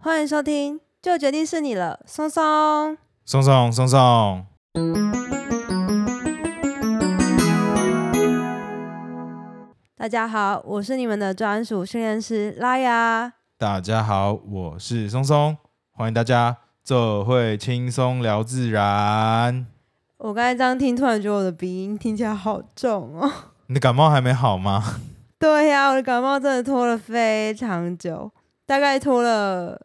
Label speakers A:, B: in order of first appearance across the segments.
A: 欢迎收听，就决定是你了，松松。
B: 松松松松，
A: 大家好，我是你们的专属训练师拉雅。
B: 大家好，我是松松，欢迎大家这会轻松聊自然。
A: 我刚才这样听，突然觉得我的鼻音听起来好重哦。
B: 你的感冒还没好 吗？
A: 对呀、我的感冒真的拖了非常久，大概拖了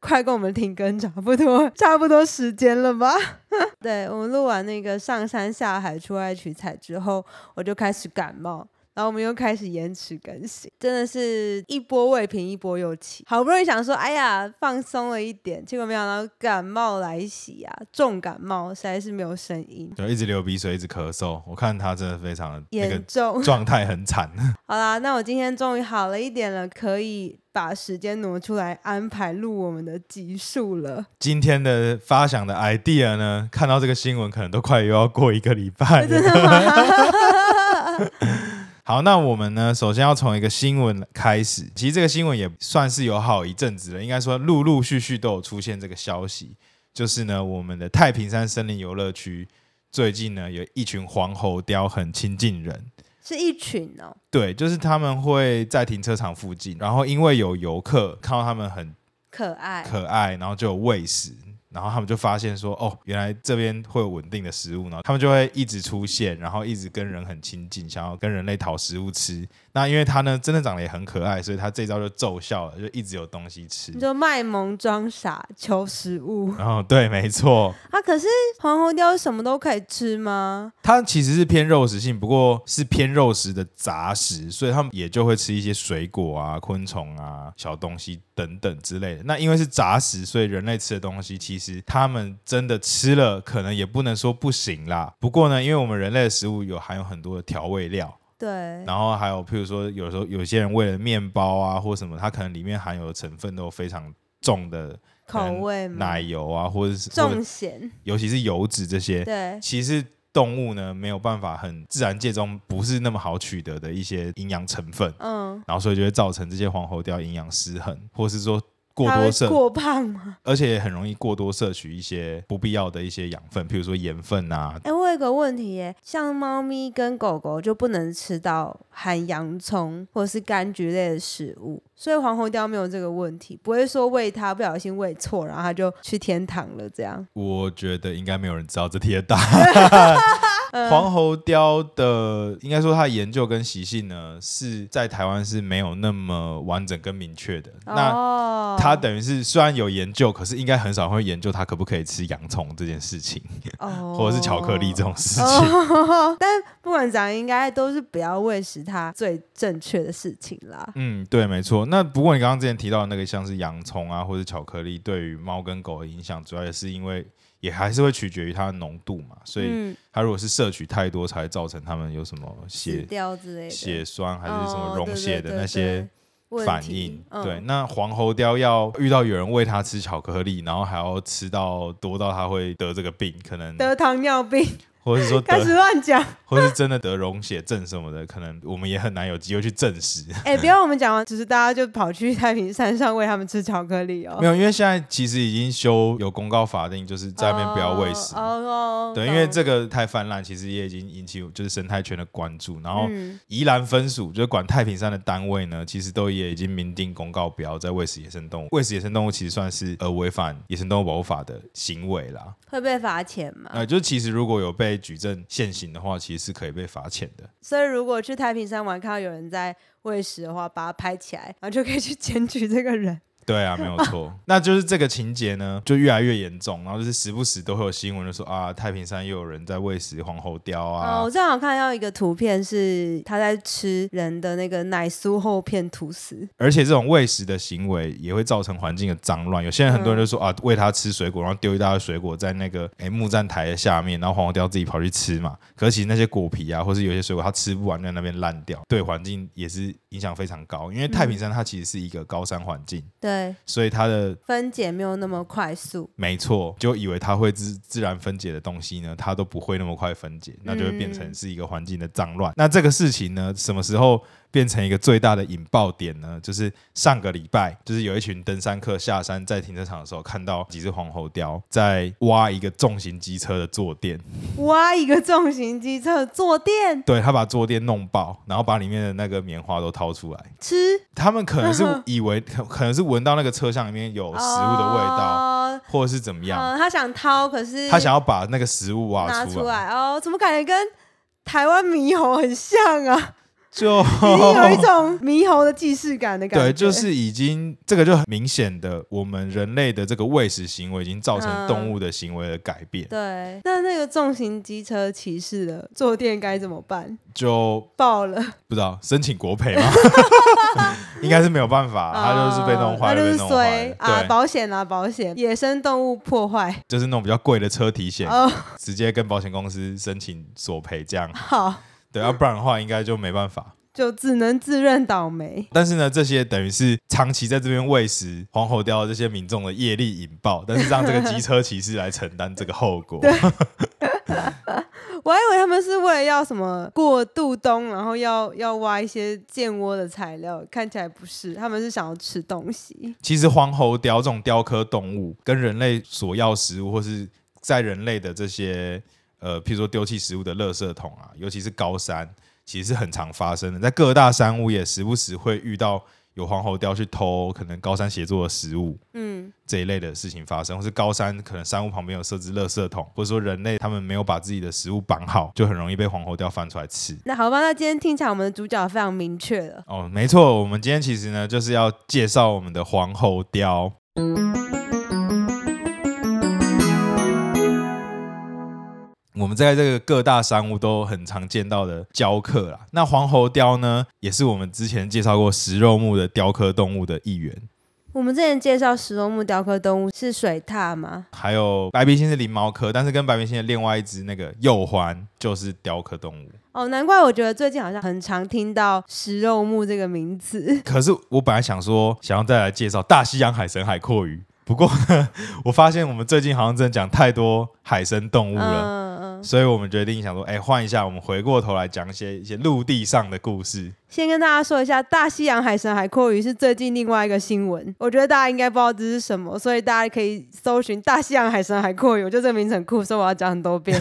A: 快跟我们停更差不多，差不多时间了吧？ 对我们录完那个上山下海出外取材之后，我就开始感冒。然后我们又开始延迟更新，真的是一波未平一波又起。好不容易想说，哎呀，放松了一点，结果没想到感冒来袭啊，重感冒，实在是没有声音，
B: 就一直流鼻水，一直咳嗽。我看他真的非常的那
A: 严
B: 个
A: 重。
B: 状态很惨。
A: 好啦，那我今天终于好了一点了，可以把时间挪出来安排录我们的集数了。
B: 今天的发想的 idea 呢，看到这个新闻可能都快又要过一个礼拜
A: 真
B: 了。
A: 的吗？
B: 好，那我们呢，首先要从一个新闻开始。其实这个新闻也算是有好一阵子了，应该说陆陆续续都有出现这个消息，就是呢，我们的太平山森林游乐区最近呢有一群黄喉貂很亲近人。
A: 是一群哦，
B: 对，就是他们会在停车场附近，然后因为有游客看到他们很
A: 可爱。
B: 可爱，然后就有喂食，然后他们就发现说，哦，原来这边会有稳定的食物，然后他们就会一直出现，然后一直跟人很亲近，想要跟人类讨食物吃。那因为它呢，真的长得也很可爱，所以它这招就奏效了，就一直有东西吃
A: 你。就卖萌装傻求食物
B: 然后对，没错，
A: 啊！可是黄喉貂什么都可以吃吗？
B: 它其实是偏肉食性，不过是偏肉食的杂食，所以他们也就会吃一些水果啊、昆虫啊、小东西等等之类的。那因为是杂食，所以人类吃的东西，其实他们真的吃了，可能也不能说不行啦。不过呢，因为我们人类的食物有含有很多的调味料，
A: 对，
B: 然后还有譬如说，有时候有些人为了面包啊或什么，它可能里面含有的成分都有非常重的
A: 口味嘛，
B: 奶油啊，或者是或者
A: 重咸，
B: 尤其是油脂这些，
A: 对，
B: 其实动物呢没有办法很自然界中不是那么好取得的一些营养成分，
A: 嗯，
B: 然后所以就会造成这些黄喉貂营养失衡，或是说过
A: 它
B: 多
A: 会
B: 摄，
A: 过胖吗？
B: 而且也很容易过多摄取一些不必要的一些养分，譬如说盐分啊。
A: 哎、我有个问题耶，像猫咪跟狗狗就不能吃到含洋葱或是柑橘类的食物，所以黄喉貂没有这个问题，不会说喂它不小心喂错，然后它就去天堂了这样。
B: 我觉得应该没有人知道这题的答案。
A: 嗯
B: 黄喉貂的，应该说它的研究跟习性呢，是在台湾是没有那么完整跟明确的。那
A: 哦，
B: 他等于是虽然有研究，可是应该很少会研究他可不可以吃洋葱这件事情，
A: 哦
B: 或者是巧克力这种事情。
A: 哦但不管怎样，应该都是不要喂食它最正确的事情啦。
B: 嗯，对，没错。那不过你刚刚之前提到的那个像是洋葱啊，或者巧克力，对于猫跟狗的影响，主要也是因为也还是会取决于它的浓度嘛。所以
A: 嗯，
B: 它如果是摄取太多，才会造成它们有什么
A: 死
B: 血
A: 掉之类的，
B: 血栓还是什么
A: 哦
B: 溶血的那些反
A: 对对
B: 应。
A: 对对问题
B: 对，
A: 嗯
B: 那黄喉貂要遇到有人喂它吃巧克力，然后还要吃到多到它会得这个病，可能
A: 得糖尿 病，
B: 或者是说
A: 开
B: 得
A: 始乱讲。
B: 或是真的得溶血症什么的，可能我们也很难有机会去证实。
A: 哎、不要我们讲完，只是大家就跑去太平山上喂他们吃巧克力哦。
B: 没有，因为现在其实已经修有公告法定，就是在那边不要喂食。
A: 哦哦，
B: 对，因为这个太泛滥，其实也已经引起就是生态圈的关注。然
A: 哦，
B: 后
A: 嗯，
B: 宜兰分署就是管太平山的单位呢，其实都也已经明定公告，不要再喂食野生动物。喂食野生动物其实算是呃违反野生动物保护法的行为啦。
A: 会被罚钱嘛。
B: 呃，就是其实如果有被举证现行的话，其实是可以被罚钱的。
A: 所以如果去太平山玩，看到有人在喂食的话，把它拍起来，然后就可以去检举这个人。
B: 对啊，没有错。那就是这个情节呢，就越来越严重，然后就是时不时都会有新闻就说啊，太平山又有人在喂食黄喉貂啊。
A: 哦，我正好看到一个图片，是他在吃人的那个奶酥厚片吐司。
B: 而且这种喂食的行为也会造成环境的脏乱。有些人很多人就说、啊，喂它吃水果，然后丢一大堆水果在那个诶木栈台的下面，然后黄喉貂自己跑去吃嘛。可是其实那些果皮啊，或是有些水果它吃不完，在那边烂掉，对环境也是影响非常高。因为太平山它其实是一个高山环境，
A: 对，
B: 所以它的
A: 分解没有那么快速。
B: 没错，就以为它会自自然分解的东西呢，它都不会那么快分解，那就会变成是一个环境的脏乱。那这个事情呢，什么时候变成一个最大的引爆点呢？就是上个礼拜，就是有一群登山客下山，在停车场的时候看到几只黄喉貂在挖一个重型机车的坐垫，
A: 挖一个重型机车坐垫
B: 对他把坐垫弄爆，然后把里面的那个棉花都掏出来。
A: 吃
B: 他们可能是以为可可能是闻到那个车厢里面哦有食物的味道，
A: 哦
B: 或者是怎么样，
A: 嗯，他想掏，可是
B: 他想要把那个食物挖
A: 拿
B: 出
A: 出
B: 来，
A: 来哦，怎么感觉跟台湾猕猴很像 啊？
B: 就
A: 已经有一种猕猴的既视感的感觉。
B: 对，就是已经这个就很明显的，我们人类的这个喂食行为已经造成
A: 嗯
B: 动物的行为的改变，
A: 对。那那个重型机车骑士的坐垫该怎么办？
B: 就
A: 爆了，
B: 不知道申请国 赔吗？应该是没有办法，啊它就是被弄坏
A: 哦那
B: 了，被
A: 就是
B: 弄坏
A: 衰啊！
B: 了，对，
A: 保险啊，保险，野生动物破坏
B: 就是那种比较贵的车体险，
A: 哦，
B: 直接跟保险公司申请索赔这样，
A: 好，
B: 对，啊要不然的话应该就没办法。
A: 就只能自认倒霉。
B: 但是呢，这些等于是长期在这边喂食黄喉貂的这些民众的业力引爆，但是让这个机车骑士来承担这个后 果。
A: 我还以为他们是为了要什么过渡冬，然后要要挖一些建窝的材料，看起来不是，他们是想要吃东西。
B: 其实黄喉貂这种雕刻动物，跟人类索要食物，或是在人类的这些呃，譬如说丢弃食物的垃圾桶啊，尤其是高山，其实是很常发生的。在各大山屋也时不时会遇到有黄喉貂去偷可能高山协作的食物
A: 嗯，
B: 这一类的事情发生，或是高山可能山屋旁边有设置垃圾桶，或者说人类他们没有把自己的食物绑好，就很容易被黄喉貂翻出来吃。
A: 那好吧，那今天听起来我们的主角非常明确了。
B: 哦，没错，我们今天其实呢，就是要介绍我们的黄喉貂。我们在这个各大山屋都很常见到的雕刻啦。那黄喉貂呢，也是我们之前介绍过食肉目的雕刻动物的一员，
A: 我们之前介绍石龙目雕刻动物是水獭吗？
B: 还有白鼻心是鳞毛科，但是跟白鼻心的另外一只那个鼬獾就是雕刻动物。
A: 哦，难怪我觉得最近好像很常听到食肉目这个名词。
B: 可是我本来想说，想要再来介绍大西洋海神海阔鱼，不过呢，我发现我们最近好像真的讲太多海生动物了，
A: 嗯嗯，
B: 所以我们决定想说，哎、换一下，我们回过头来讲一些一些陆地上的故事。
A: 先跟大家说一下，大西洋海神海阔鱼是最近另外一个新闻，我觉得大家应该不知道这是什么，所以大家可以搜寻大西洋海神海阔鱼。我觉得这个名字很酷，所以我要讲很多遍，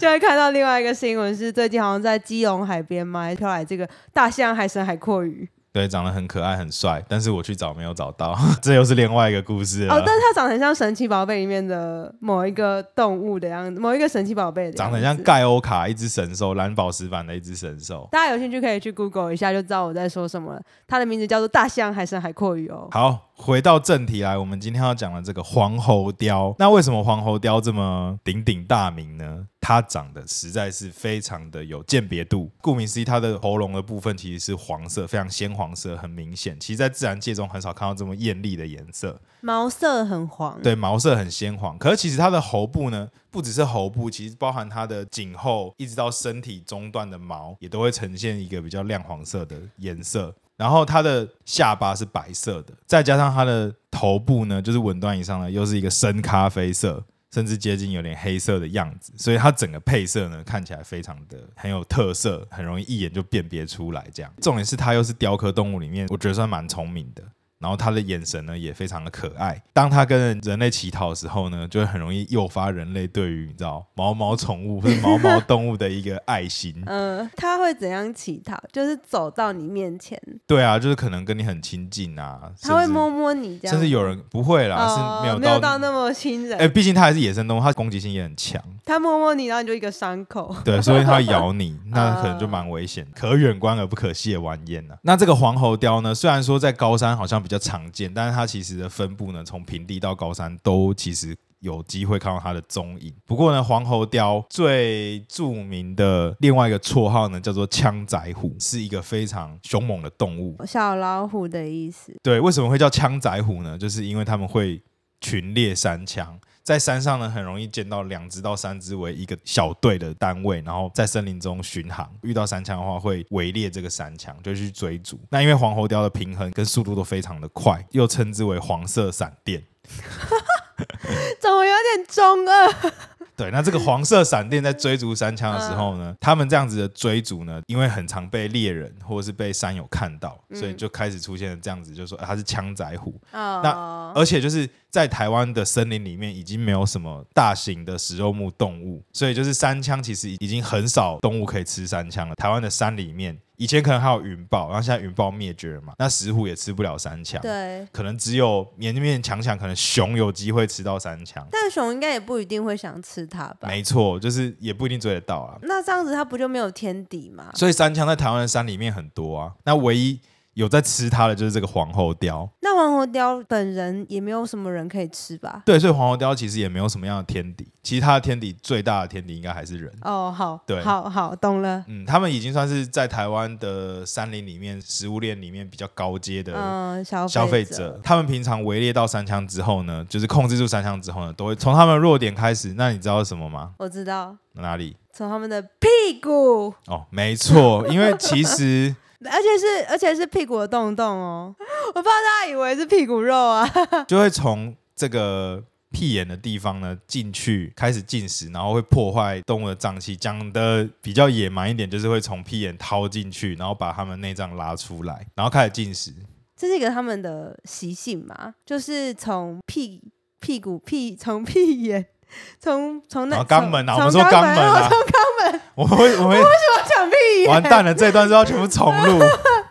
A: 就会看到另外一个新闻是最近好像在基隆海边嘛，飘来这个大西洋海神海阔鱼。
B: 对，长得很可爱，很帅，但是我去找没有找到， 这又是另外一个故事了。
A: 哦，但是它长得很像神奇宝贝里面的某一个动物的样子，某一个神奇宝贝的样子，
B: 长得很像盖欧卡，一只神兽，蓝宝石版的一只神兽。
A: 大家有兴趣可以去 Google 一下，就知道我在说什么了。它的名字叫做大象海参海阔鱼哦。
B: 好，回到正题来，我们今天要讲的这个黄喉貂，那为什么黄喉貂这么鼎鼎大名呢？它长得实在是非常的有鉴别度，顾名思义，它的喉咙的部分其实是黄色，非常鲜黄色，很明显。其实，在自然界中很少看到这么艳丽的颜色。
A: 毛色很黄，。
B: 对，毛色很鲜黄。可是其实它的喉部呢，不只是喉部，其实包含它的颈后一直到身体中段的毛，也都会呈现一个比较亮黄色的颜色。然后它的下巴是白色的，再加上它的头部呢，就是吻端以上呢，又是一个深咖啡色，甚至接近有点黑色的样子。所以它整个配色呢，看起来非常的很有特色，很容易一眼就辨别出来。这样，重点是它又是雕刻动物里面，我觉得算蛮聪明的。然后他的眼神呢也非常的可爱。当他跟人类乞讨的时候呢，就会很容易诱发人类对于你知道毛毛宠物或者毛毛动物的一个爱心
A: 嗯、它会怎样乞讨？就是走到你面前，
B: 对啊，就是可能跟你很亲近啊，
A: 它会
B: 甚至
A: 摸，摸你这样，
B: 甚至有人不会啦，
A: 哦
B: 是没有
A: 没有到
B: 到。
A: 那么亲人。
B: 哎，毕竟它还是野生动物，它攻击性也很强，
A: 它摸摸你，然后你就一个伤口。
B: 对，所以它会咬你，那可能就蛮危险，可远观而不可亵玩焉呐、啊那这个黄喉貂呢，虽然说在高山好像比较常见，但是它其实的分布呢，从平地到高山都其实有机会看到它的踪影。不过呢，黄喉貂最著名的另外一个绰号呢，叫做枪仔虎，是一个非常凶猛的动物。
A: 小老虎的意思，
B: 对，为什么会叫枪仔虎呢？就是因为他们会群猎山枪，在山上呢很容易见到两只到三只为一个小队的单位，然后在森林中巡航，遇到山枪的话会围猎这个山枪，就去追逐。那因为黄喉貂的平衡跟速度都非常的快，又称之为黄色闪电。
A: 怎么有点中二？
B: 对，那这个黄色闪电在追逐山羌的时候呢，他们这样子的追逐呢，因为很常被猎人或者是被山友看到，所以就开始出现了这样子，就说、啊他是枪仔虎。
A: 哦，
B: 而且就是在台湾的森林里面，已经没有什么大型的食肉目动物，所以就是山羌其实已经很少动物可以吃山羌了。台湾的山里面，以前可能还有云豹，然后现在云豹灭绝了嘛，那石虎也吃不了山羌，
A: 对，
B: 可能只有勉勉强强，可能熊有机会吃到山羌。
A: 但熊应该也不一定会想吃它吧？
B: 没错，就是也不一定追得到啊。
A: 那这样子它不就没有天敌吗？
B: 所以山羌在台湾的山里面很多啊，那唯一有在吃它的就是这个黄喉貂。
A: 那黄喉貂本人也没有什么人可以吃吧？
B: 对，所以黄喉貂其实也没有什么样的天敌，其实它的天敌最大的天敌应该还是人。
A: 哦，好，
B: 对
A: 好好懂了。
B: 嗯，他们已经算是在台湾的山林里面食物链里面比较高阶的
A: 嗯，消
B: 消费
A: 者，
B: 者。他们平常围猎到山枪之后呢，就是控制住山枪之后呢，都会从他们的弱点开始。那你知道是什么吗？
A: 我知道，
B: 哪里？
A: 从他们的屁股，
B: 哦，没错，因为其实
A: 而且是而且是屁股的洞洞哦，我不知道大家以为是屁股肉啊，
B: 就会从这个屁眼的地方呢进去开始进食，然后会破坏动物的脏器。讲的比较野蛮一点，就是会从屁眼掏进去，然后把它们内脏拉出来，然后开始进食。
A: 这是一个他们的习性嘛，就是从屁屁股屁从屁眼。从从那
B: 然后肛门啊
A: 从
B: 我们说
A: 从
B: 肛门
A: 哦
B: 啊
A: 从肛门，
B: 我们会我们会
A: 我讲屁眼，
B: 完蛋了，这一段是要全部重 录。
A: 我
B: 就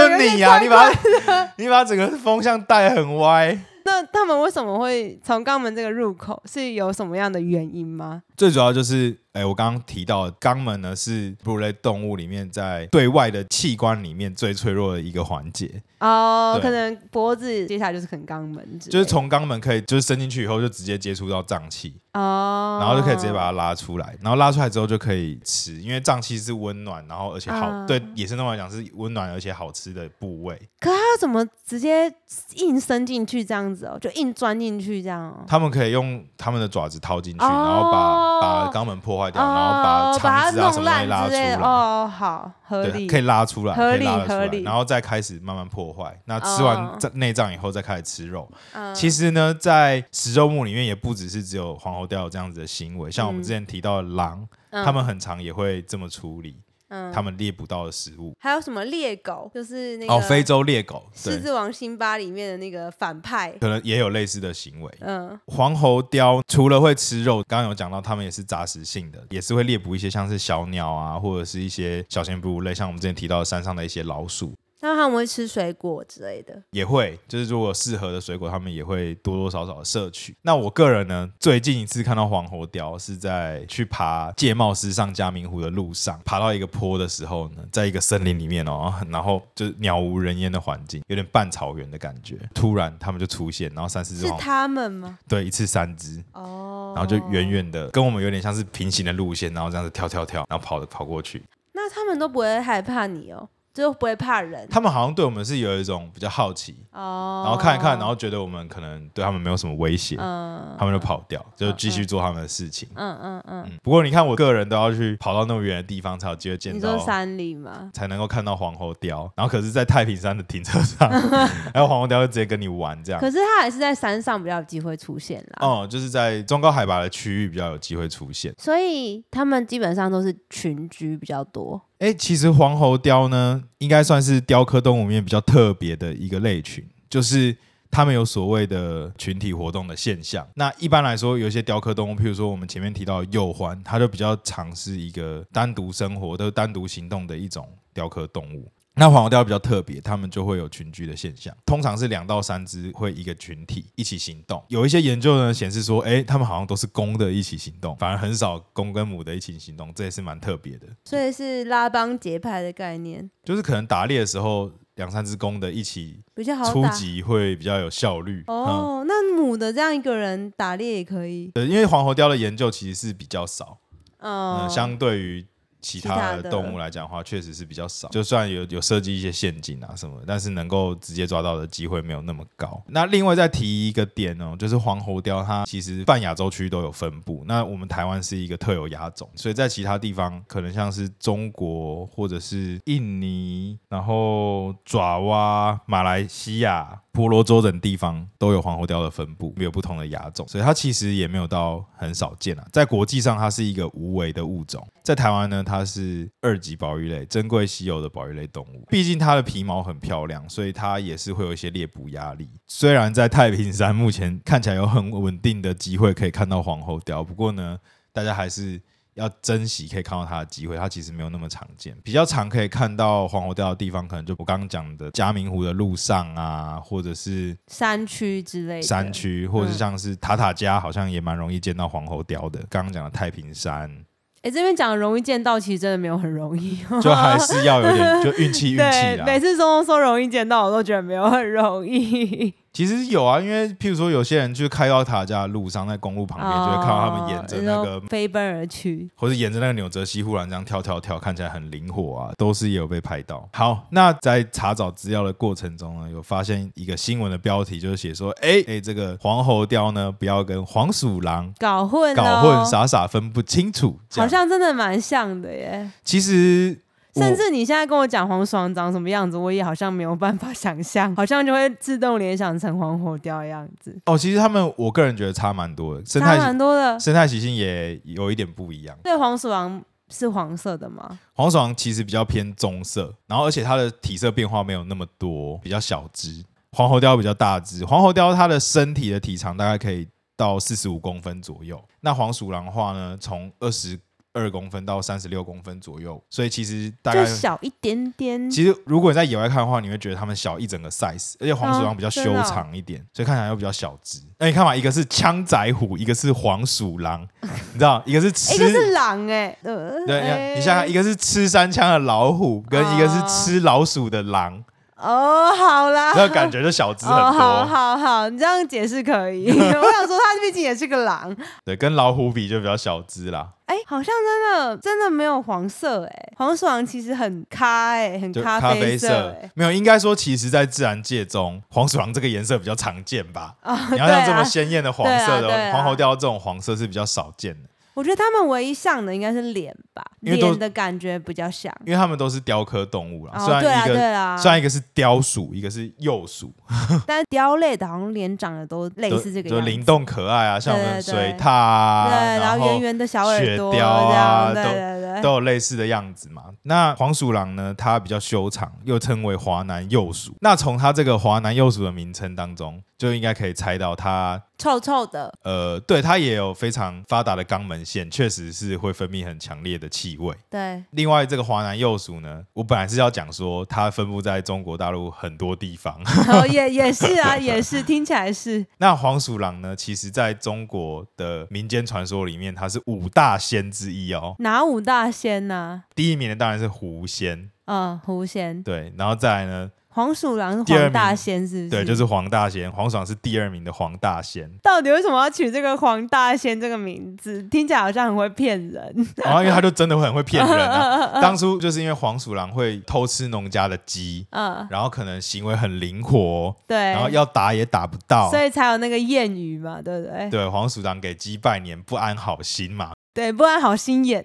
A: 觉得有
B: 是你
A: 点
B: 呀、
A: 怪
B: 你把 你把整个风向带很歪。
A: 那他们为什么会从肛门这个入口是有什么样的原因吗？
B: 最主要就是，哎、我刚刚提到的肛门呢是哺乳类动物里面在对外的器官里面最脆弱的一个环节，
A: 哦，
B: 对
A: 可能脖子接下来就是可能肛门之类的，
B: 就是从肛门可以就是伸进去以后就直接接触到脏器，
A: 哦，
B: 然后就可以直接把它拉出来，然后拉出来之后就可以吃，因为脏器是温暖，然后而且好、
A: 啊
B: 对野生动物来讲是温暖而且好吃的部位，
A: 可是它怎么直接硬伸进去这样子哦，就硬钻进去这样哦？
B: 它们可以用它们的爪子掏进去，
A: 哦
B: 然后把把肛门破坏掉，然后
A: 哦
B: 肠
A: 把它
B: 子啊什
A: 弄
B: 么东西
A: 烂
B: 拉
A: 之
B: 出
A: 类
B: 来
A: 的。哦，好合
B: 对，啊
A: 理，
B: 可以拉出来，
A: 合
B: 可以拉
A: 理
B: 得出
A: 合
B: 来
A: 理，
B: 然后再开始慢慢破坏。那吃完
A: 哦
B: 这内脏以后，再开始吃肉。
A: 嗯
B: 其实呢，在食肉目里面，也不只是只有黄喉貂有这样子的行为，像我
A: 嗯
B: 们之前提到的狼，
A: 嗯
B: 他们很常也会这么处理
A: 嗯
B: 他们猎捕到的食物。
A: 还有什么猎狗，就是那个
B: 哦，非洲猎狗，
A: 狮
B: 对，
A: 子王辛巴里面的那个反派，
B: 可能也有类似的行为。
A: 嗯
B: 黄喉貂除了会吃肉，刚刚有讲到，它们也是杂食性的，也是会猎捕一些像是小鸟啊，或者是一些小型哺乳类，像我们之前提到的山上的一些老鼠。
A: 那他们会吃水果之类的，
B: 也会，就是如果适合的水果，他们也会多多少少的摄取。那我个人呢，最近一次看到黄喉貂是在去爬界茂师上嘉明湖的路上，爬到一个坡的时候呢，在一个森林里面哦，然后就是鸟无人烟的环境，有点半草原的感觉。突然他们就出现，然后三四只
A: 是
B: 黄，
A: 他们吗？
B: 对，一次三只。
A: 哦，
B: 然后就远远的，跟我们有点像是平行的路线，然后这样子跳跳跳，然后跑的跑过去。
A: 那他们都不会害怕你哦，就不会怕人
B: 他们好像对我们是有一种比较好奇，
A: 哦。
B: 然后看一看，然后觉得我们可能对他们没有什么威胁，
A: 嗯
B: 他们就跑掉，就继续做他们的事情。
A: 嗯嗯嗯，
B: 嗯不过你看，我个人都要去跑到那么远的地方才有机会见
A: 你
B: 到
A: 说，山里吗？
B: 才能够看到黄喉貂。然后可是，在太平山的停车场， 还有黄喉貂就直接跟你玩这样
A: 可。是它还是在山上比较有机会出现啦。
B: 啊哦、就是在中高海拔的区域比较有机会出现。
A: 所以他们基本上都是群居比较多，
B: 哎，其实黄喉貂呢，应该算是雕刻动物里面比较特别的一个类群，就是它们有所谓的群体活动的现象。那一般来说，有一些雕刻动物，譬如说我们前面提到的鼬獾，它就比较尝试一个单独生活、都单独行动的一种雕刻动物。那黄喉貂比较特别，它们就会有群居的现象，通常是两到三只会一个群体一起行动。有一些研究呢显示说，哎，它们好像都是公的一起行动，反而很少公跟母的一起行动，这也是蛮特别的。
A: 所以是拉帮结派的概念，
B: 就是可能打猎的时候，两三只公的一起
A: 比较好
B: 出
A: 打。
B: 击会比较有效率。嗯，
A: 哦，那母的这样一个人打猎也可以，
B: 呃，因为黄喉貂的研究其实是比较少，
A: 嗯
B: 嗯，，相对于其
A: 其
B: 他
A: 他
B: 的
A: 的
B: 动物来讲的话，确实是比较少。就算有有设计一些陷阱啊什么，但是能够直接抓到的机会没有那么高。那另外再提一个点哦，就是黄喉貂它其实泛亚洲区都有分布，那我们台湾是一个特有亚种，所以在其他地方可能像是中国或者是印尼，然后爪哇、马来西亚、婆罗洲等地方都有黄喉貂的分布，有不同的亚种，所以它其实也没有到很少见啊。在国际上，它是一个无为的物种，在台湾呢，它是二级保育类，珍贵稀有的保育类动物。毕竟它的皮毛很漂亮，所以它也是会有一些猎捕压力。虽然在太平山目前看起来有很稳定的机会可以看到黄喉貂，不过呢，大家还是要珍惜可以看到它的机会，它其实没有那么常见。比较常可以看到黄喉貂的地方，可能就我刚刚讲的嘉明湖的路上啊，或者是
A: 山区之类的
B: 山，区，或者是
A: 嗯
B: 像是塔塔加，好像也蛮容易见到黄喉貂的。刚刚讲的太平 山，
A: 哎、这边讲容易见到，其实真的没有很容易，哦
B: 就还是要有点就运气运气啊
A: 对，
B: 啦。
A: 每次松松说容易见到，我都觉得没有很容易。
B: 其实有啊，因为譬如说有些人去开到塔塔加的路上，在公路旁边就会看到他们沿着那
A: 哦
B: 个
A: 然后飞奔而去。
B: 或是沿着那个纽泽西护栏这样跳跳跳，看起来很灵活啊，都是也有被拍到。好，那在查找资料的过程中呢，有发现一个新闻的标题，就是写说，哎
A: 嗯
B: 哎，这个黄喉貂呢，不要跟黄鼠狼
A: 搞混、哦，
B: 搞混，傻傻分不清楚。这
A: 好
B: 样
A: 像真的蛮像的耶。
B: 其实我
A: 甚至你现在跟我讲黄鼠狼长什么样子，我也好像没有办法想象， 好像就会自动联想成黄火貂的样子，
B: 哦，其实他们我个人觉得差蛮多的，生
A: 差
B: 态
A: 蛮多的。
B: 生态习性也有一点不一样。
A: 对，黄鼠狼是黄色的吗？
B: 黄鼠狼其实比较偏棕色，然后而且它的体色变化没有那么多，比较小只。黄喉貂比较大只，黄喉貂它的身体的体长大概可以到四十五公分左右。那黄鼠狼的话呢，从二十二公分到三十六公分左右，所以其实大
A: 就
B: 概。
A: 小一点点。
B: 其实，如果你在野外看的话，你会觉得它们小一整个 size，而且黄鼠狼比较修长一点，所以看起来又比较小只。哎那你看嘛，一个是枪仔虎，一个是黄鼠狼，你知道，一个是吃
A: 一个是狼哎、呃，
B: 对，你看，
A: 哎
B: 你想想，一个是吃山枪的老虎，跟一个是吃老鼠的狼，
A: 哦，好啦，
B: 那感觉就小只 很
A: 哦，好
B: 多。
A: 好好，你这样解释可以。 我想说，它毕竟也是个狼，
B: 对，跟老虎比就比较小只啦，
A: 哎、好像真的真的没有黄色哎、黄鼠狼其实很咖哎、很
B: 就
A: 咖
B: 咖
A: 啡
B: 啡
A: 色
B: 色
A: 哎、。
B: 没有，应该说，其实，在自然界中，黄鼠狼这个颜色比较常见吧。
A: 啊，
B: 你要
A: 对
B: 像这么
A: 啊
B: 鲜艳的黄
A: 对啊
B: 色
A: 对
B: 的
A: 啊
B: 黄喉貂这种黄色是比较少见的，
A: 我觉得他们唯一像的应该是脸吧，
B: 因为都
A: 脸的感觉比较像。
B: 因为它们都是雕刻动物啦。虽
A: 哦，对
B: 然
A: 啊，
B: 一个
A: 对啊，
B: 虽然一个是雕鼠，一个是幼鼠，
A: 但是雕类的好像脸长得都类似这个
B: 就
A: 样子，
B: 灵动可爱啊，像我们
A: 对对
B: 水
A: 对
B: 獭啊，
A: 对，然后
B: 后
A: 圆圆的小耳朵
B: 雪
A: 这
B: 貂啊
A: 样，对
B: 都
A: 对对，
B: 都有类似的样子嘛。那黄鼠狼呢，它比较修长，又称为华南幼鼠。那从它这个华南幼鼠的名称当中，就应该可以猜到它，
A: 臭臭的，
B: 呃，对它也有非常发达的肛门腺，确实是会分泌很强烈的气味。
A: 对，
B: 另外，这个华南幼鼠呢，我本来是要讲说它分布在中国大陆很多地方。
A: 然后也也是啊，也是听起来是
B: 那黄鼠狼呢，其实在中国的民间传说里面，它是五大仙之一哦。
A: 哪五大仙呐、
B: 第一名的当然是狐仙，
A: 嗯，狐仙，
B: 对，然后再来呢，
A: 黄鼠狼是
B: 第二
A: 黄
B: 名
A: 大仙是不是？，
B: 对，就是黄大仙，黄爽是第二名的黄大仙
A: 到底为什么要取这个黄大仙这个名字？听起来好像很会骗 人。
B: 然后因为他就真的会很会骗人 啊。当初就是因为黄鼠狼会偷吃农家的鸡，
A: 嗯，
B: 然后可能行为很灵活，
A: 对，
B: 然后要打也打不到
A: 所。以才有那个谚语嘛，对不对？
B: 对，黄鼠狼给鸡拜年不安好心嘛，
A: 对，不安好心眼，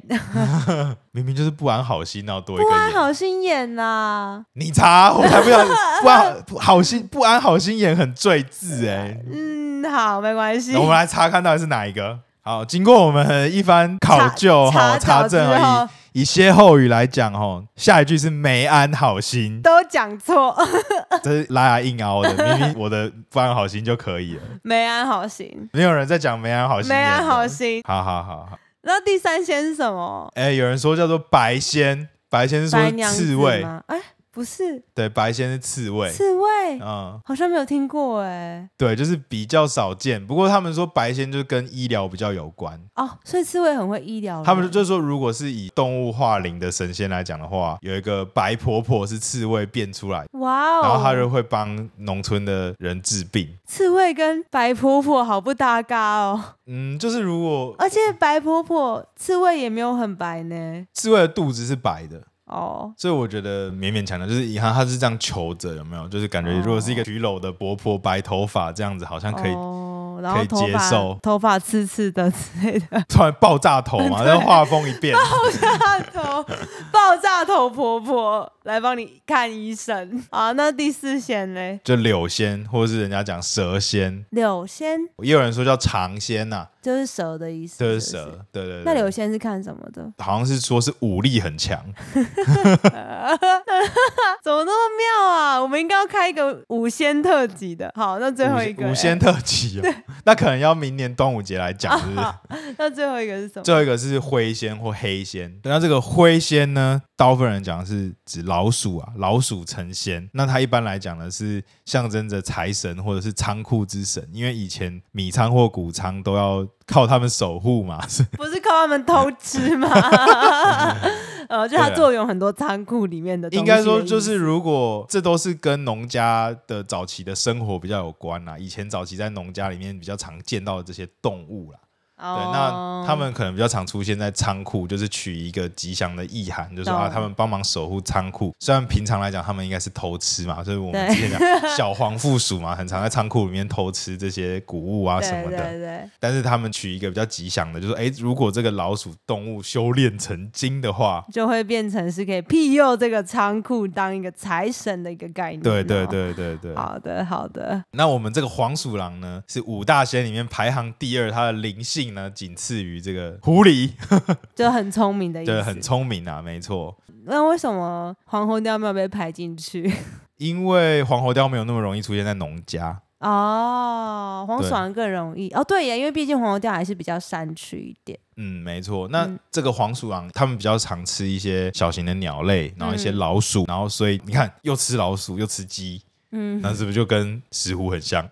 B: 明明就是不安好心，然后多一
A: 不
B: 个
A: 安
B: 眼。
A: 好心眼啊呐、
B: 你查，我才不要不安不好心不安好心眼很罪字哎、
A: 嗯，好，没关系
B: 那。我们来查看到底是哪一个。好，经过我们一番考
A: 查
B: 究
A: 查
B: 哈查
A: 找之
B: 证而已，
A: 后
B: 以歇后语来讲，吼，下一句是没安好心，
A: 都讲错，
B: 这是拉牙硬凹的。明明我的不安好心就可以了，
A: 没安好心，
B: 没有人在讲没安好心。啊
A: 没安好。心。
B: 好好好好，
A: 那第三仙是什么？
B: 哎、有人说叫做白仙，白仙是说
A: 白
B: 是
A: 娘
B: 刺
A: 子
B: 猬，
A: 吗？哎，不是
B: 对，白仙是刺猬，
A: 刺猬，
B: 嗯，
A: 好像没有听过哎。
B: 对，就是比较少见。不过他们说白仙就跟医疗比较有关，
A: 哦，所以刺猬很会医疗人。
B: 他们就是说，如果是以动物化灵的神仙来讲的话，有一个白婆婆是刺猬变出来，
A: 哇哦，
B: 然后她就会帮农村的人治病。
A: 刺猬跟白婆婆好不搭嘎哦，
B: 嗯，就是如果
A: 而且白婆婆刺猬也没有很白呢。
B: 刺猬的肚子是白的，
A: 哦，
B: 所以我觉得勉勉强强就是，你看她是这样求着，有没有？就是感觉如果是一个举篓的婆婆，白头发这样子，好像可以
A: 哦、然后
B: 可以
A: 头
B: 接
A: 发
B: 受
A: 头发刺刺的之类的，
B: 突然爆炸头 嘛，那画风一变，
A: 大头爆炸头婆婆来帮你看医生啊。那第四仙嘞，
B: 就柳仙，或者是人家讲蛇仙，
A: 柳仙
B: 也有人说叫长仙呐、
A: 就是蛇的意思，
B: 就是
A: 不是。
B: 蛇，对对对。
A: 那柳仙是看什么的？
B: 好像是说是武力很强，
A: 怎么那么妙啊？我们应该要开一个五仙特辑的。好，那最后一个
B: 五
A: 嘞
B: 五仙特辑哦， 那可能要明年端午节来 讲，是不是？
A: 那最后一个是什么？
B: 最后一个是灰仙或黑仙，那这个灰仙呢，大部分人讲的是指老鼠啊，老鼠成仙。那它一般来讲呢，是象征着财神或者是仓库之神，因为以前米仓或谷仓都要靠他们守护嘛， 是
A: 不是靠他们偷吃 吗？呃，就它
B: 对啊
A: 作用很多仓库里面的东西
B: 应
A: 的意思。
B: 该说，就是如果这都是跟农家的早期的生活比较有关啊啦。以前早期在农家里面比较常见到的这些动物啦，
A: 哦，
B: 对，那他们可能比较常出现在仓库，就是取一个吉祥的意涵，就是说啊，
A: 懂
B: 他们帮忙守护仓库。虽然平常来讲，他们应该是偷吃嘛，所以我们
A: 对
B: 之前讲 小黄附属嘛，很常在仓库里面偷吃这些谷物啊什
A: 对
B: 么
A: 对
B: 的。
A: 对，
B: 但是他们取一个比较吉祥的，就是哎，诶如果这个老鼠动物修炼成精的话，
A: 就会变成是可以庇佑这个仓库当一个财神的一个概念。啊
B: 对对。对对对。
A: 嗯哦好的，好的，
B: 那我们这个黄鼠狼呢，是五大仙里面排行第二，它的灵性呢仅次于这个狐狸，
A: 就很聪明的意
B: 对，很
A: 思。
B: 聪明啊，没错。
A: 那为什么黄喉貂没有被排进去？
B: 因为黄喉貂没有那么容易出现在农家，
A: 哦，黄
B: 对
A: 鼠狼更容易哦，对呀，因为毕竟黄喉貂还是比较山区一点。
B: 嗯，没错。那
A: 嗯
B: 这个黄鼠狼，它们比较常吃一些小型的鸟类，然后一些
A: 嗯
B: 老鼠，然后所以你看，又吃老鼠又吃鸡，
A: 嗯，
B: 那是不是就跟石虎 很像？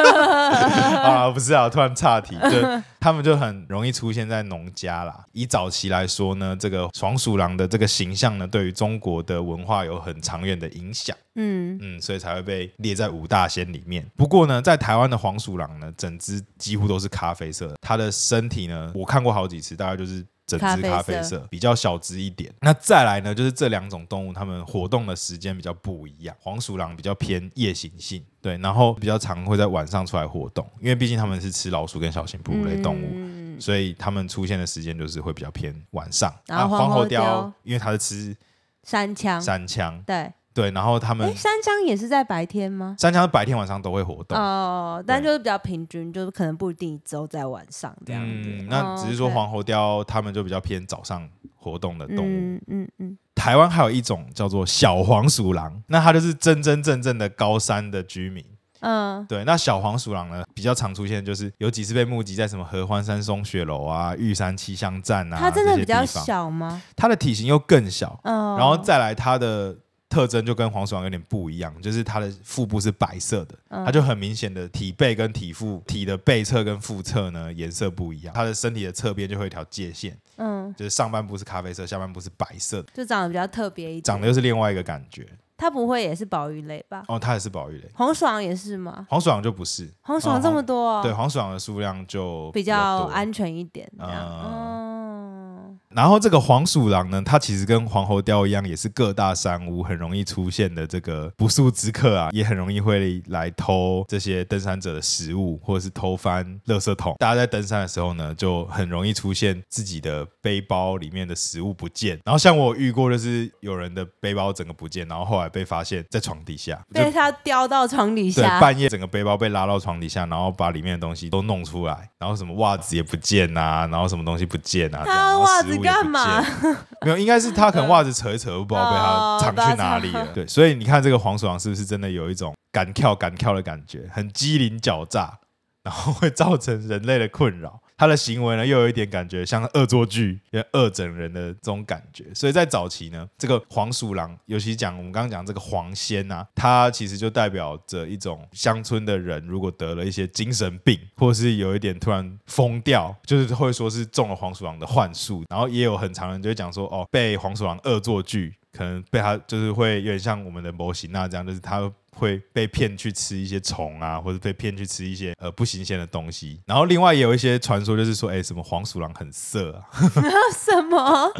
B: 啊，不是啊，突然岔题，就他们就很容易出现在农家啦。以早期来说呢，这个黄鼠狼的这个形象呢，对于中国的文化有很长远的影响，
A: 嗯，
B: 嗯，所以才会被列在五大仙里面。不过呢，在台湾的黄鼠狼呢，整只几乎都是咖啡色的，它的身体呢，我看过好几次，大概就是。整只咖
A: 咖
B: 啡
A: 啡色
B: 色比较小只一点，那再来呢，就是这两种动物它们活动的时间比较不一样。黄鼠狼比较偏夜行性，对，然后比较常会在晚上出来活动，因为毕竟它们是吃老鼠跟小型哺乳类动物，
A: 嗯
B: 所以它们出现的时间就是会比较偏晚上。
A: 然后
B: 那黄
A: 黄
B: 喉
A: 喉
B: 貂
A: 貂，嗯
B: 因为它是吃
A: 山羌，
B: 山羌，
A: 对，
B: 对，然后它们
A: 哎，山羌也是在白天吗？
B: 山羌白天晚上都会活动。
A: 哦，但
B: 对
A: 就是比较平均，就是可能不一定只有在晚上这样子。
B: 嗯，那
A: 哦
B: 只是说
A: 对
B: 黄喉貂它们就比较偏早上活动的动物。
A: 嗯嗯嗯，
B: 台湾还有一种叫做小黄鼠狼，那它就是真真正正的高山的居民。
A: 嗯，
B: 对，那小黄鼠狼呢，比较常出现，就是有几次被目击在什么合欢山松雪楼啊、玉山气象站啊，
A: 它真的
B: 这些
A: 比较
B: 地方，
A: 小吗？
B: 它的体型又更小，
A: 嗯，
B: 然后再来它的特征就跟黄鼠狼有点不一样，就是它的腹部是白色的，
A: 嗯
B: 它就很明显的体背跟体腹、体的背侧跟腹侧呢颜色不一样，它的身体的侧边就会有一条界限，
A: 嗯，
B: 就是上半部是咖啡色，下半部是白色的，
A: 就长得比较特别一点。
B: 长得又是另外一个感觉。
A: 它不会也是保育类吧？
B: 哦，它也是保育类，
A: 黄鼠狼也是吗？
B: 黄鼠狼就不是，
A: 黄鼠狼这么多哦，
B: 对，黄鼠狼的数量就
A: 比
B: 较
A: 较
B: 多嗯
A: 安全一点这样。哦，
B: 然后这个黄鼠狼呢，它其实跟黄喉貂一样，也是各大山屋很容易出现的这个不速之客啊，也 很容易会来偷这些登山者的食物，或者是偷翻垃圾桶。大家在登山的时候呢，就很容易出现自己的背包里面的食物不见。然后像我有遇过，就是有人的背包整个不见，然后后来被发现在床底下，就
A: 被它叼到床底
B: 对，
A: 下。
B: 半夜整个背包被拉到床底下，然后把里面的东西都弄出来，然后什么袜子也不见啊，然后什么东西不见啊，这样
A: 他
B: 然后
A: 袜
B: 食
A: 子
B: 物也
A: 干
B: 不
A: 嘛
B: 见没有，应该是他可能袜子扯一扯，不知道被他
A: 哦
B: 藏
A: 不知道
B: 去哪里了。对，所以你看这个黄鼠狼是不是真的有一种敢跳敢跳的感觉，很机灵狡诈，然后会造成人类的困扰。他的行为呢又有一点感觉像恶作剧、有点恶整人的这种感觉。所以在早期呢，这个黄鼠狼，尤其讲我们刚刚讲这个黄仙啊，它其实就代表着一种乡村的人，如果得了一些精神病，或是有一点突然疯掉，就是会说是中了黄鼠狼的幻术。然后也有很常人就会讲说，哦，被黄鼠狼恶作剧。可能被他就是会有点像我们的模型那这样，就是他会被骗去吃一些虫啊，或者被骗去吃一些呃不新鲜的东西。然后另外也有一些传说，就是说，哎、什么黄鼠狼很色啊，
A: 什么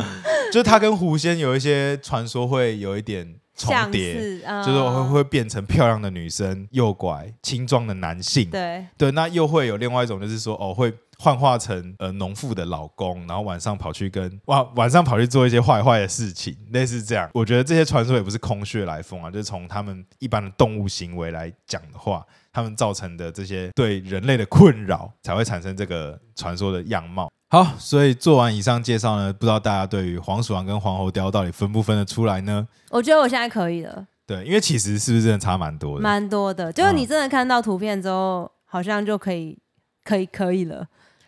B: 就是它跟狐仙有一些传说会有一点 重
A: 像
B: 叠，
A: 是啊，
B: 就是会会变成漂亮的女生诱拐青壮的男性。
A: 对
B: 对，那又会有另外一种，就是说哦，会幻化成呃农妇的老公，然后晚上跑去跟晚晚上跑去做一些坏坏的事情，类似这样。我觉得这些传说也不是空穴来风啊，就是从他们一般的动物行为来讲的话，他们造成的这些对人类的困扰，才会产生这个传说的样貌。好，所以做完以上介绍呢，不知道大家对于黄鼠狼跟黄喉貂到底分不分得出来呢？
A: 我觉得我现在可以了，
B: 对，因为其实是不是真的差蛮多的？
A: 蛮多的。就是
B: 嗯
A: 你真的看到图片之后，好像就可以，可以，可以了。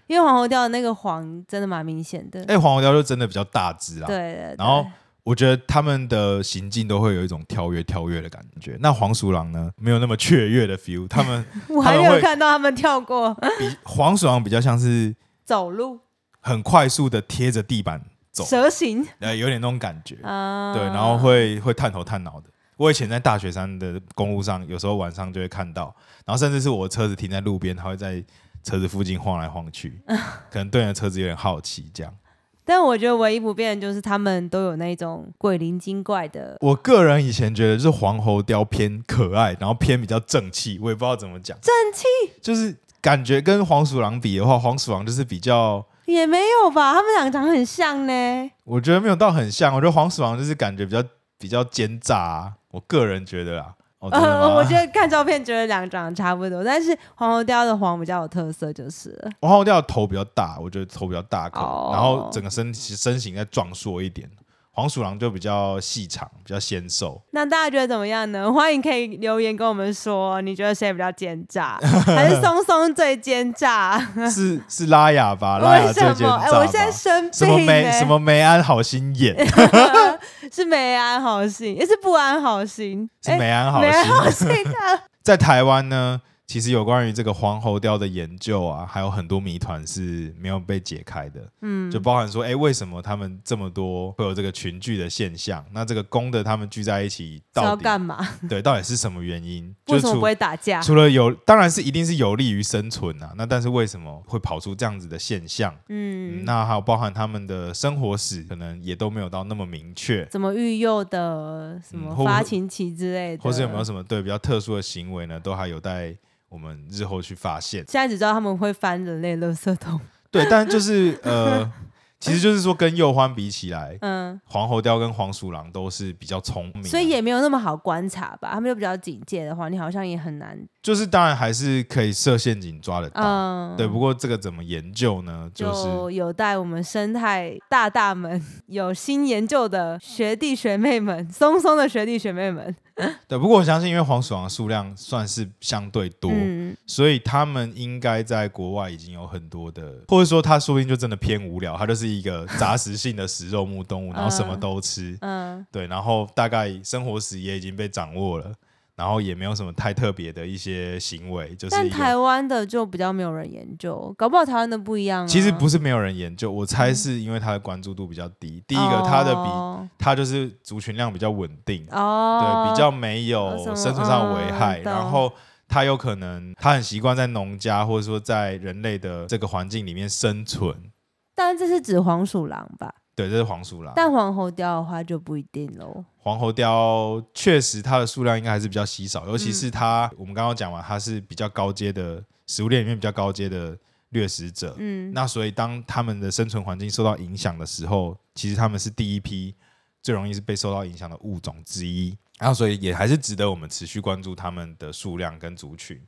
A: 因为黄喉貂的那个黄真的蛮明显的，
B: 哎、黄喉貂就真的比较大只啦。啊
A: 对对。对
B: 然后我觉得他们的行径都会有一种跳跃跳跃的感觉。那黄鼠狼呢，没有那么雀跃的 feel，他们
A: 我还没
B: 他们
A: 有
B: 会
A: 看到他们跳 过
B: 比黄鼠狼比较像是
A: 走路
B: 很快速的贴着地板走，
A: 蛇形
B: 呃，有点那种感觉。
A: 啊，
B: 对，然后会会探头探脑的。我以前在大雪山的公路上，有时候晚上就会看到，然后甚至是我车子停在路边，它会在车子附近晃来晃去，可能对你的车子有点好奇这样。
A: 但我觉得唯一不变的就是他们都有那种鬼灵精怪的，
B: 我个人以前觉得就是黄喉貂偏可爱，然后偏比较正气，我也不知道怎么讲。正气就是感觉跟黄鼠狼比的话，黄鼠狼就是比较，
A: 也没有吧？他们俩长很像呢。
B: 我觉得没有到很像。我觉得黄鼠狼就是感觉比较比较奸诈、啊，我个人觉得啦。哦，真的吗？
A: 呃， 我觉得看照片觉得两个长得差不多，但是黄喉貂的黄比较有特色，就是了
B: 黄喉貂的头比较大，我觉得头比较大颗，
A: 哦
B: 然后整个身身形再壮硕一点。黄鼠狼就比较细长，比较 纤瘦。
A: 那大家觉得怎么样呢？欢迎可以留言跟我们说，你觉得谁比较奸诈， 还是松松最奸诈？
B: 是是拉雅吧？拉 雅
A: 为
B: 最
A: 什
B: 奸诈
A: 么？
B: 吧。
A: 哎、我现在生
B: 什么
A: 病、
B: 梅
A: 欸，
B: 什么梅安好心眼，
A: 是没安好心，也是不安好心，
B: 是梅安好
A: 没
B: 心。
A: 哎安好心啊的。
B: 在台湾呢，其实有关于这个黄喉貂的研究啊，还有很多谜团是没有被解开的。嗯，就包含说，哎、为什么他们这么多会有这个群聚的现象？那这个公的他们聚在一起，
A: 是要
B: 到底
A: 干嘛？
B: 对到底是什么原因？
A: 为
B: 就
A: 什么
B: 除
A: 不会打架？
B: 除了有，当然是一定是有利于生存啊。那但是为什么会跑出这样子的现象？嗯
A: 嗯，
B: 那还有包含他们的生活史，可能也都没有到那么明确。
A: 怎么育幼的，什么
B: 嗯或
A: 发情期之类的，
B: 或是有没有？什么对比较特殊的行为呢？都还有待我们日后去发现。
A: 现在只知道他们会翻人类垃圾桶。
B: 对，但 就是呃，其实就是说跟鼬獾比起来，
A: 嗯，
B: 黄喉貂跟黄鼠狼都是比较聪明啊，
A: 所以也没有那么好观察吧。他们就比较警戒的话，你好像也很难。
B: 就是当然还是可以设陷阱抓得到。
A: 嗯，
B: 对，不过这个怎么研究呢？就是
A: 就有待我们生态大大们 有新研究的学弟学妹们，松松的学弟学妹们，
B: 对，不过我相信，因为黄鼠狼的数量算是相对多，
A: 嗯，
B: 所以他们应该在国外已经有很多的，或者说它说不定就真的偏无聊，它就是一个杂食性的食肉 目动物，然后什么
A: 嗯
B: 都吃。
A: 嗯，
B: 对，然后大概生活史也已经被掌握了，然后也没有什么太特别的一些行为，就是
A: 但
B: 一个
A: 台湾的就比较没有人研究，搞不好台湾的不一样、啊。
B: 其实不是没有人研究，我猜是因为它的关注度比较低。第一个，它的比
A: 哦，
B: 它就是族群量比较稳定，
A: 哦
B: 对，比较没有
A: 什么
B: 生存上的危害，
A: 嗯懂
B: 然后。它有可能，它很习惯在农家或者说在人类的这个环境里面生存，
A: 但这是指黄鼠狼吧？
B: 对，这是黄鼠狼。
A: 但黄喉貂的话就不一定喽。
B: 黄喉貂确实它的数量应该还是比较稀少，尤
A: 嗯
B: 其是它，我们刚刚讲嘛，它是比较高阶的食物链里面比较高阶的掠食者。
A: 嗯，
B: 呃那所以当它们的生存环境受到影响的时候，其实它们是第一批最容易是被受到影响的物种之一。然后所以也还是值得我们持续关注它们的数量跟族群。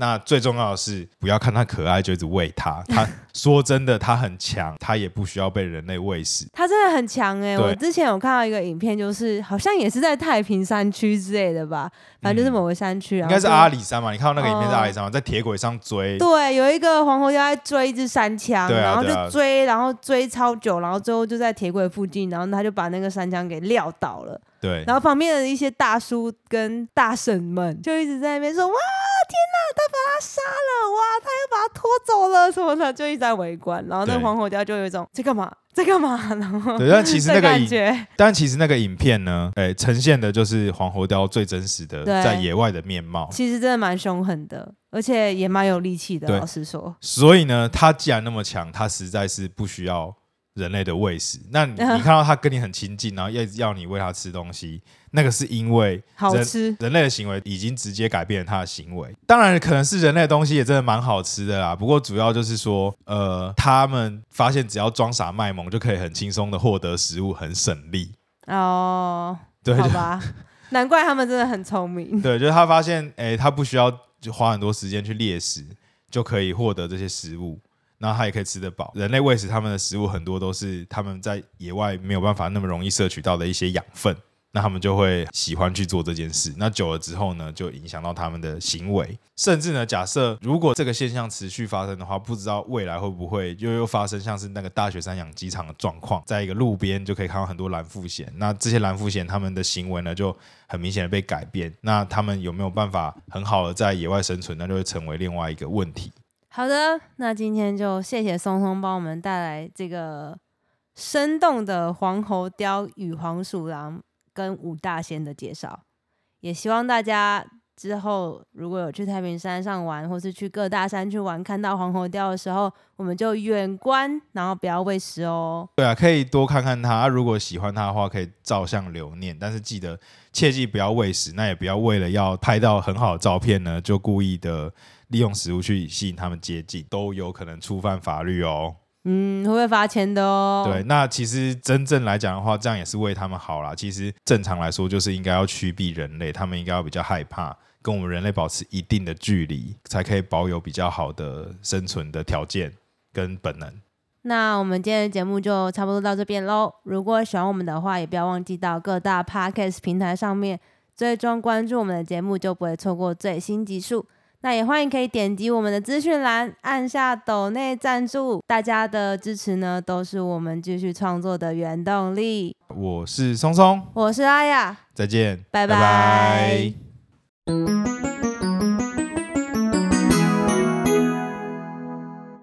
B: 那最重要的是，不要看它可爱就一直喂 它。它说真的，它很强，它也不需要被人类喂死。
A: 它真的很强哎、
B: 对
A: 我之前有看到一个影片，就是好像也是在太平山区之类的吧，反正就是
B: 嗯
A: 某个山区，
B: 应
A: 然后
B: 该是
A: 就
B: 阿里山嘛？你看到那个影片是
A: 哦
B: 阿里山嘛？在铁轨上追，
A: 对，有一个黄喉貂在追一只山枪，
B: 对啊
A: 然后
B: 对啊
A: 就追，然后追超久，然后最后就在铁轨附近，然后他就把那个山枪给撂倒了。
B: 对
A: 然后旁边的一些大叔跟大婶们就一直在那边说：“哇，天哪，他把他杀了！哇，他又把他拖走了什么的，就一直在围观。”然后那
B: 对
A: 黄喉貂就有一种在干嘛， 在干嘛，然后
B: 对，但其实那
A: 的
B: 个
A: 感
B: 影，
A: 觉，
B: 但其实那个影片呢，哎，呈现的就是黄喉貂最真实的
A: 对
B: 在野外的面貌。
A: 其实真的蛮凶狠的，而且也蛮有力气的。
B: 对
A: 老实说，
B: 所以呢，它既然那么强，它实在是不需要人类的喂食。那你你看到它跟你很亲近，然后要要你喂它吃东西，那个是因为
A: 好
B: 人
A: 吃。
B: 人类的行为已经直接改变了它的行为。当然，可能是人类的东西也真的蛮好吃的啦。不过主要就是说，呃，他们发现只要装傻卖萌就可以很轻松的获得食物，很省力。
A: 哦，
B: 对，
A: 好
B: 就
A: 吧，难怪他们真的很聪明。
B: 对，就是他发现，哎、他不需要就花很多时间去猎食，就可以获得这些食物，然后他也可以吃得饱。人类喂食他们的食物很多都是他们在野外没有办法那么容易摄取到的一些养分，那他们就会喜欢去做这件事。那久了之后呢，就影响到他们的行为，甚至呢，假设如果这个现象持续发生的话，不知道未来会不会又又发生像是那个大雪山养鸡场的状况，在一个路边就可以看到很多蓝腹鹇，那这些蓝腹鹇它们的行为呢就很明显的被改变，那他们有没有办法很好的在野外生存，那就会成为另外一个问题。
A: 好的，那今天就谢谢松松帮我们带来这个生动的黄喉貂与黄鼠狼跟五大仙的介绍，也希望大家。之后如果有去太平山上玩，或是去各大山去玩，看到黄喉貂的时候，我们就远观，然后不要喂食哦。
B: 对啊，可以多看看它，啊如果喜欢它的话，可以照相留念，但是记得切记不要喂食，那也不要为了要拍到很好的照片呢，就故意的利用食物去吸引他们接近，都有可能触犯法律哦。
A: 嗯，会不会罚钱的哦？
B: 对，那其实真正来讲的话，这样也是为他们好啦。其实正常来说，就是应该要趋避人类，他们应该要比较害怕，跟我们人类保持一定的距离，才可以保有比较好的生存的条件跟本能。
A: 那我们今天的节目就差不多到这边喽。如果喜欢我们的话，也不要忘记到各大 podcast 平台上面追踪关注我们的节目，就不会错过最新集数。那也欢迎可以点击我们的资讯栏，按下抖内赞助，大家的支持呢，都是我们继续创作的原动力。
B: 我是松松，
A: 我是阿雅，
B: 再见，
A: 拜
B: 拜
A: 拜